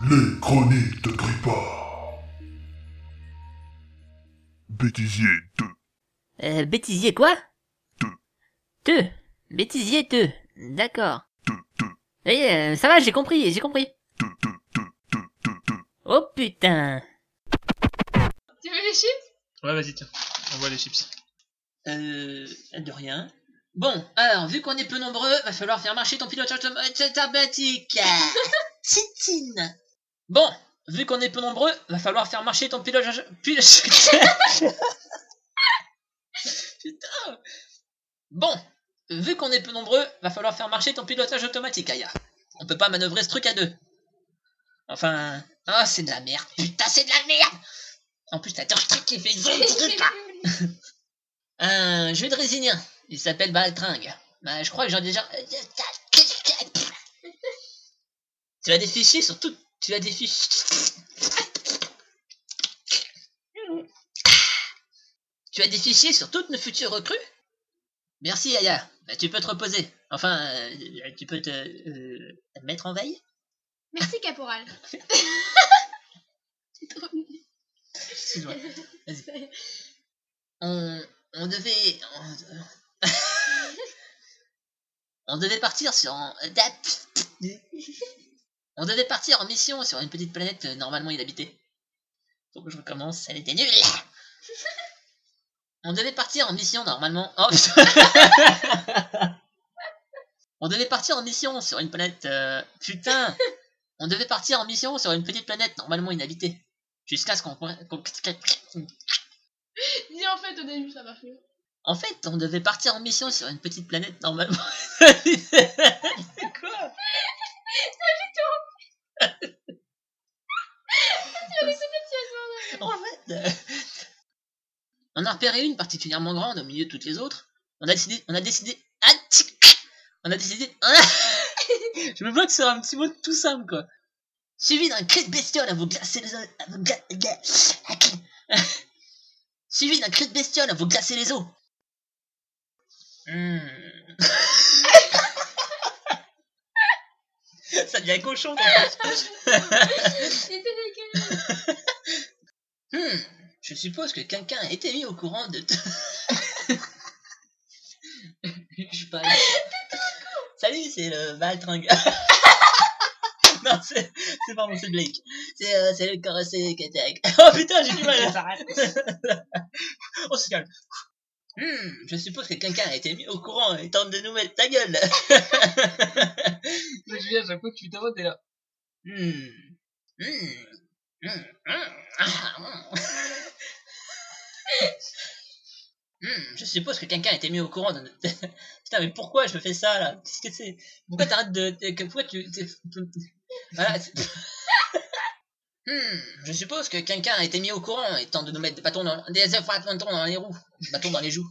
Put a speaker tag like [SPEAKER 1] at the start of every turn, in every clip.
[SPEAKER 1] Les chroniques de Grippa. Bêtisier 2.
[SPEAKER 2] Euh, bêtisier quoi
[SPEAKER 1] Te.
[SPEAKER 2] Te. Bêtisier te. D'accord.
[SPEAKER 1] Te, te,
[SPEAKER 2] Eh, euh, ça va, j'ai compris, j'ai compris.
[SPEAKER 1] te, te, te, te, te, te.
[SPEAKER 2] Oh putain.
[SPEAKER 3] Tu veux les chips
[SPEAKER 4] Ouais, vas-y, tiens. On voit les chips.
[SPEAKER 5] Euh, de rien. Bon, alors, vu qu'on est peu nombreux, va falloir faire marcher ton pilotage autom- automatique. Titine. Bon, vu qu'on est peu nombreux, va falloir faire marcher ton pilotage... pilotage- Putain. Bon, vu qu'on est peu nombreux, va falloir faire marcher ton pilotage automatique, Aya. On peut pas manœuvrer ce truc à deux. Enfin... Ah, c'est de la merde. Putain, c'est de la merde En plus, t'as deux trucs qui fait zoom, zoom, zoom. Un jeu de résinien. Il s'appelle Baltringue. Bah, je crois que j'en ai déjà. Tu as des fichiers sur tout. Tu as des fichiers. Tu as des fichiers sur toutes nos futures recrues Merci Aya. Bah, tu peux te reposer. Enfin, euh, tu peux te euh, mettre en veille.
[SPEAKER 3] Merci, caporal.
[SPEAKER 5] Excuse-moi. on, on devait. On, on devait partir sur. un- On devait partir en mission sur une petite planète euh, normalement inhabitée. Faut que je recommence, elle était nulle. On devait partir en mission normalement. Oh putain. On devait partir en mission sur une planète. euh, Putain On devait partir en mission sur une petite planète normalement inhabitée. Jusqu'à ce qu'on. qu'on-
[SPEAKER 3] Dis en fait au début, ça marche mieux.
[SPEAKER 5] en fait, on devait partir en mission sur une petite planète normalement. C'est quoi En fait, euh, on a repéré une particulièrement grande au milieu de toutes les autres. On a décidé, on a décidé, Ah, tic, on a décidé. Je me bloque sur un petit mot tout simple quoi. Suivi d'un cri de bestiole à vous glacer les os. à vous gla- gla- à cri- Suivi d'un cri de bestiole à vous glacer les os. Hmm. Ça devient cochon. ton truc.
[SPEAKER 3] C'était dégueulasse.
[SPEAKER 5] Hmm, je suppose que quelqu'un a été mis au courant de. t- je suis pas. Salut, c'est le Valtring. non, c'est c'est pas mon c'est Blake. C'est euh, c'est le carrossé qui était avec- Oh putain, j'ai du mal à On se calme. Hmm, je suppose que quelqu'un a été mis au courant et tente de nous mettre ta gueule.
[SPEAKER 4] Mais Julien, à chaque fois que tu demandes, t'es là.
[SPEAKER 5] Hmm. Hmm. Hmm. Hmm. Ah, hmm. Hmm, Je suppose que quelqu'un était mis au courant de notre- Putain, mais pourquoi je fais ça là Qu'est-ce que c'est Pourquoi t'arrêtes de. de- que- Pourquoi tu. t'es- Voilà. c'est- Hmm, Je suppose que quelqu'un a été mis au courant et tente de nous mettre des bâtons dans, des bâtons dans les roues, des bâtons dans les joues.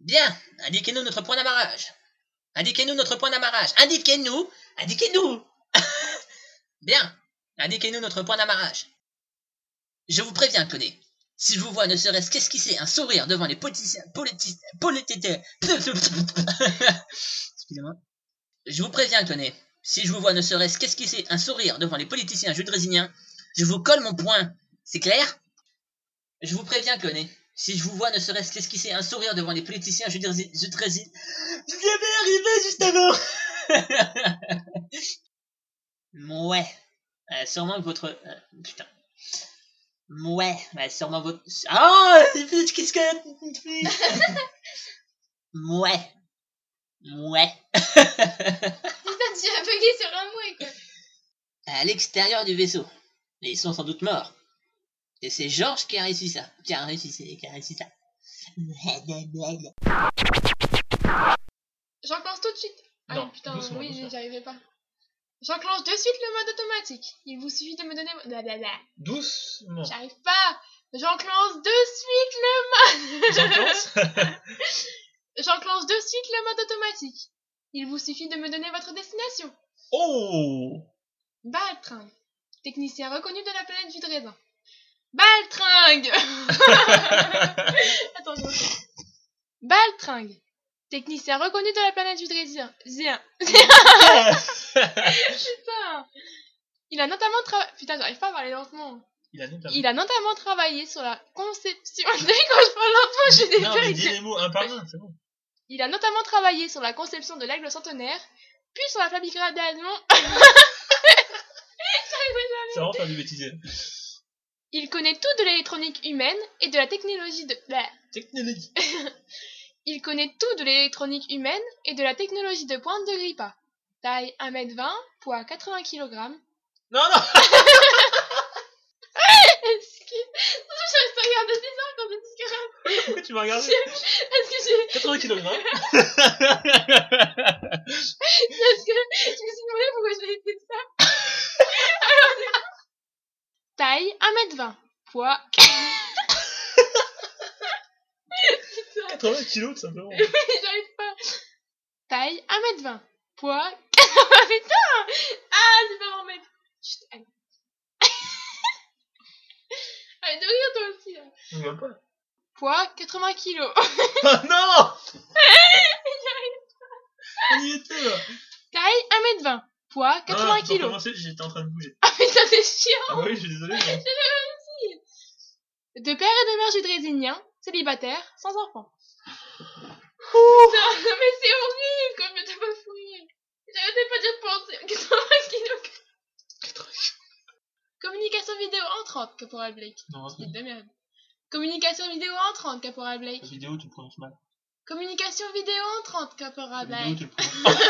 [SPEAKER 5] Bien, indiquez-nous notre point d'amarrage. Indiquez-nous notre point d'amarrage. Indiquez-nous, indiquez-nous. Bien, indiquez-nous notre point d'amarrage. Je vous préviens, Coné. Si je vous vois ne serait-ce qu'esquisser un sourire devant les politiciens... politiciens... politiciens... Excusez-moi. Je vous préviens, Coné. Si je vous vois ne serait-ce qu'esquisser un sourire devant les politiciens judrésiniens, je vous colle mon poing. C'est clair Je vous préviens, Coné. Si je vous vois ne serait-ce qu'esquisser un sourire devant les politiciens judrésiniens... Je vais arriver juste avant Mouais. Euh, sûrement que votre. euh, putain. Mouais. bah, sûrement votre. Oh Qu'est-ce que. Mouais. Mouais.
[SPEAKER 3] Putain, tu as bugué sur un mot et quoi.
[SPEAKER 5] à l'extérieur du vaisseau. Et ils sont sans doute morts. Et c'est Georges qui a réussi ça. Qui a réussi, c'est- qui a réussi ça. Blablabla.
[SPEAKER 3] J'enclenche tout de suite. Ah
[SPEAKER 4] Non,
[SPEAKER 3] putain,
[SPEAKER 4] doucement,
[SPEAKER 3] oui,
[SPEAKER 4] doucement.
[SPEAKER 3] j'y arrivais pas. J'enclenche de suite le mode automatique. Il vous suffit de me donner. Blablabla.
[SPEAKER 4] Doucement.
[SPEAKER 3] J'arrive pas. J'enclenche de suite le mode.
[SPEAKER 4] J'enclenche.
[SPEAKER 3] J'enclenche de suite le mode automatique. Il vous suffit de me donner votre destination.
[SPEAKER 4] Oh
[SPEAKER 3] Baltringue. Technicien reconnu de la planète du raisin. Baltringue Attends, je refais. Baltringue. Technicien reconnu de la planète du raisin. Zien. Putain Il a notamment travaillé... Putain, j'arrive pas à parler lentement.
[SPEAKER 4] Il a notamment.
[SPEAKER 3] Il a notamment travaillé sur la conception... Dès que je parle lentement, je suis
[SPEAKER 4] Non, mais dis
[SPEAKER 3] dégoûtée.
[SPEAKER 4] les mots un par un, c'est bon.
[SPEAKER 3] Il a notamment travaillé sur la conception de l'aigle centenaire, puis sur la fabrication...
[SPEAKER 4] C'est vraiment faire du bêtisier.
[SPEAKER 3] Il connaît tout de l'électronique humaine et de la technologie de... Blah.
[SPEAKER 4] Technologie.
[SPEAKER 3] Il connaît tout de l'électronique humaine et de la technologie de pointe de Grippa. Taille 1m20, poids 80 kg.
[SPEAKER 4] Non, non
[SPEAKER 3] Est-ce que... Je te regarde bizarre quand on dit ce que je
[SPEAKER 4] Pourquoi tu m'as regardé
[SPEAKER 3] raconte. Est-ce que j'ai...
[SPEAKER 4] 80 kg.
[SPEAKER 3] Est-ce que... Je me suis demandé pourquoi j'avais fait ça. Alors, c'est- Taille 1m20, poids...
[SPEAKER 4] 80 kg, tout simplement.
[SPEAKER 3] J'arrive pas. Taille 1m20, poids... Putain Ah, c'est pas en mètres. Chut, allez. Allez, de rire toi aussi, là.
[SPEAKER 4] Je rigole pas.
[SPEAKER 3] Poids 80 kg.
[SPEAKER 4] Ah non On y était là
[SPEAKER 3] Taille 1m20, poids 80
[SPEAKER 4] Ah, pour
[SPEAKER 3] kg.
[SPEAKER 4] commencer, j'étais en train de bouger.
[SPEAKER 3] Ah putain, c'est chiant
[SPEAKER 4] Ah oui, je suis désolé. mais-
[SPEAKER 3] De père et de mère judrésinien, célibataire, sans enfant.
[SPEAKER 4] Ouh.
[SPEAKER 3] Non, non, mais c'est horrible comme je t'ai pas fouillé. J'arrêtais pas d'y repenser. 80 kilos. Communication vidéo entrante, Caporal Blake.
[SPEAKER 4] Non, c'est
[SPEAKER 3] Bite de merde. Communication vidéo entrante, Caporal Blake.
[SPEAKER 4] la vidéo, tu le prononces mal.
[SPEAKER 3] Communication vidéo entrante, Caporal
[SPEAKER 4] La
[SPEAKER 3] Blake.
[SPEAKER 4] vidéo, tu le prononces mal.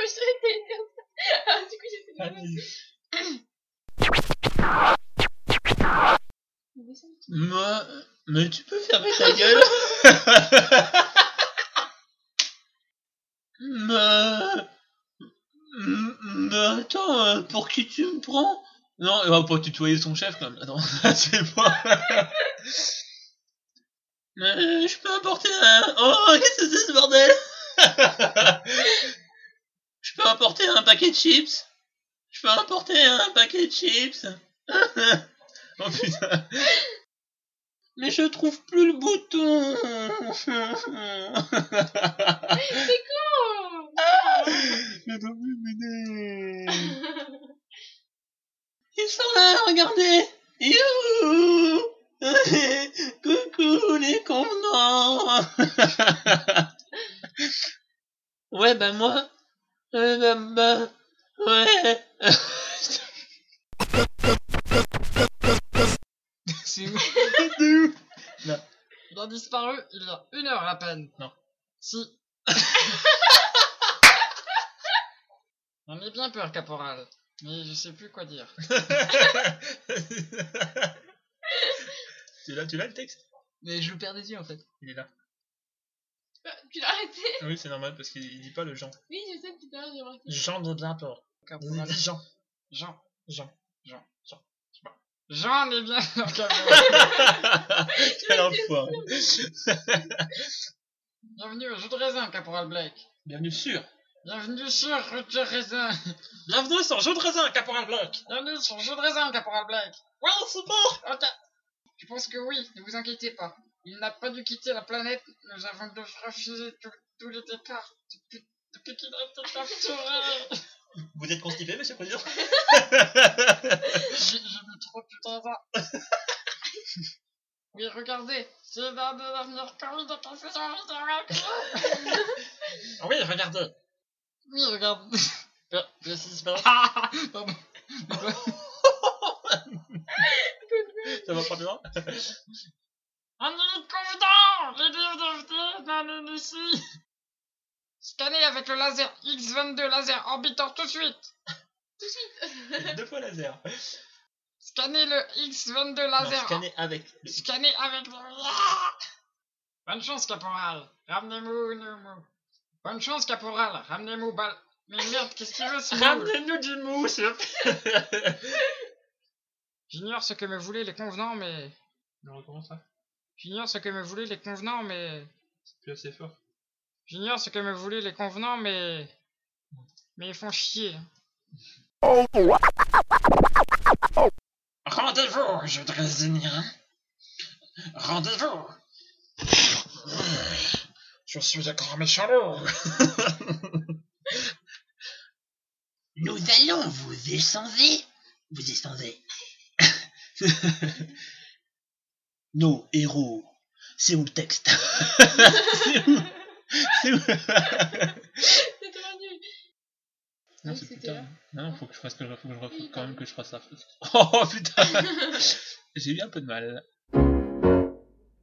[SPEAKER 3] Je serais dégueu. Ah, du coup, j'ai fait de la
[SPEAKER 4] Ah,
[SPEAKER 3] merde.
[SPEAKER 4] vas-y.
[SPEAKER 3] Mais ça me tue.
[SPEAKER 4] Moi, mais tu peux fermer ta gueule Mais... M- Mais attends, euh, pour qui tu me prends Non, on va pas tutoyer son chef quand même. Attends, c'est pas... Mais je peux apporter un... Oh, qu'est-ce que c'est ce bordel Je peux apporter un paquet de chips Je peux apporter un paquet de chips Oh putain mais je trouve plus le bouton
[SPEAKER 3] Oh
[SPEAKER 4] Je dois plus m'aider Ils sont là, regardez Youhou Coucou les convenants Ouais, bah moi... Ouais, bah... bah ouais C'est où C'est où
[SPEAKER 6] Il a disparu il y a une heure à peine.
[SPEAKER 4] Non.
[SPEAKER 6] Si. On est bien peur, caporal. Mais je sais plus quoi dire.
[SPEAKER 4] tu l'as, tu l'as le texte
[SPEAKER 6] Mais je le perds des yeux en fait.
[SPEAKER 4] Il est là.
[SPEAKER 3] Tu l'as arrêté
[SPEAKER 4] Ah Oui, c'est normal parce qu'il il dit pas le genre.
[SPEAKER 3] Oui, je sais, putain, j'ai remarqué.
[SPEAKER 4] Genre de l'import.
[SPEAKER 6] Caporal.
[SPEAKER 4] Vas-y,
[SPEAKER 6] Jean. Jean.
[SPEAKER 4] Jean.
[SPEAKER 6] Jean. Jean. Je sais pas. Jean, on est bien peur, caporal.
[SPEAKER 4] Quel enfoiré.
[SPEAKER 6] Bienvenue au jeu de raisin, caporal Blake.
[SPEAKER 4] Bienvenue sur.
[SPEAKER 6] Bienvenue sur Route de raisin.
[SPEAKER 4] Bienvenue sur Jeu de raisin, Caporal Blanc.
[SPEAKER 6] Bienvenue sur jeu de raisin, caporal Blake.
[SPEAKER 4] Ouais, on se barre.
[SPEAKER 6] Ok. Oh, Je pense que oui, ne vous inquiétez pas. Il n'a pas dû quitter la planète. Nous avons dû refuser tous- tous les départs depuis, depuis qu'il a été capturé.
[SPEAKER 4] Vous êtes constipé, monsieur le président
[SPEAKER 6] J'ai j'ai bu trop de ça. Oui, regardez, c'est l'un de l'avenir Covid de passer sur les Europe.
[SPEAKER 4] Ah Oui, regardez.
[SPEAKER 6] Oui, regardez. Euh, Qu'est-ce qui se passe Pardon.
[SPEAKER 4] Ça va pas bien
[SPEAKER 6] On est content Les bienvenus dans le ici Scannez avec le laser X22 laser orbiteur tout de suite
[SPEAKER 4] Deux fois laser.
[SPEAKER 6] Scannez le X22
[SPEAKER 4] Non,
[SPEAKER 6] laser
[SPEAKER 4] scanner avec.
[SPEAKER 6] Scannez avec le... Ah Bonne chance, caporal Ramenez-nous... nous, nous. Bonne chance, caporal Ramenez-nous... Bal... Mais merde, qu'est-ce qu'il veut ce moule
[SPEAKER 4] du mou, monsieur.
[SPEAKER 6] J'ignore ce que me voulaient les convenants, mais...
[SPEAKER 4] On recommence là.
[SPEAKER 6] J'ignore ce que me voulaient les convenants, mais...
[SPEAKER 4] C'est plus assez fort.
[SPEAKER 6] J'ignore ce que me voulaient les convenants, mais... Mais ils font chier.
[SPEAKER 4] Rendez-vous, Jeu de raisinien. hein. Rendez-vous.
[SPEAKER 6] Je suis un grand méchant loup
[SPEAKER 4] Nous allons vous échanger. Vous échanger. Nos héros, c'est où le texte C'est où C'est où
[SPEAKER 3] C'est trop nul.
[SPEAKER 4] Non,
[SPEAKER 3] Ah Oui,
[SPEAKER 4] Ah, c'est
[SPEAKER 3] c'était
[SPEAKER 4] putain.
[SPEAKER 3] là.
[SPEAKER 4] Non, faut que je fasse que je, faut que je, faut
[SPEAKER 3] Oui,
[SPEAKER 4] quand
[SPEAKER 3] pardon.
[SPEAKER 4] même que je fasse ça. Oh putain J'ai eu un peu de mal.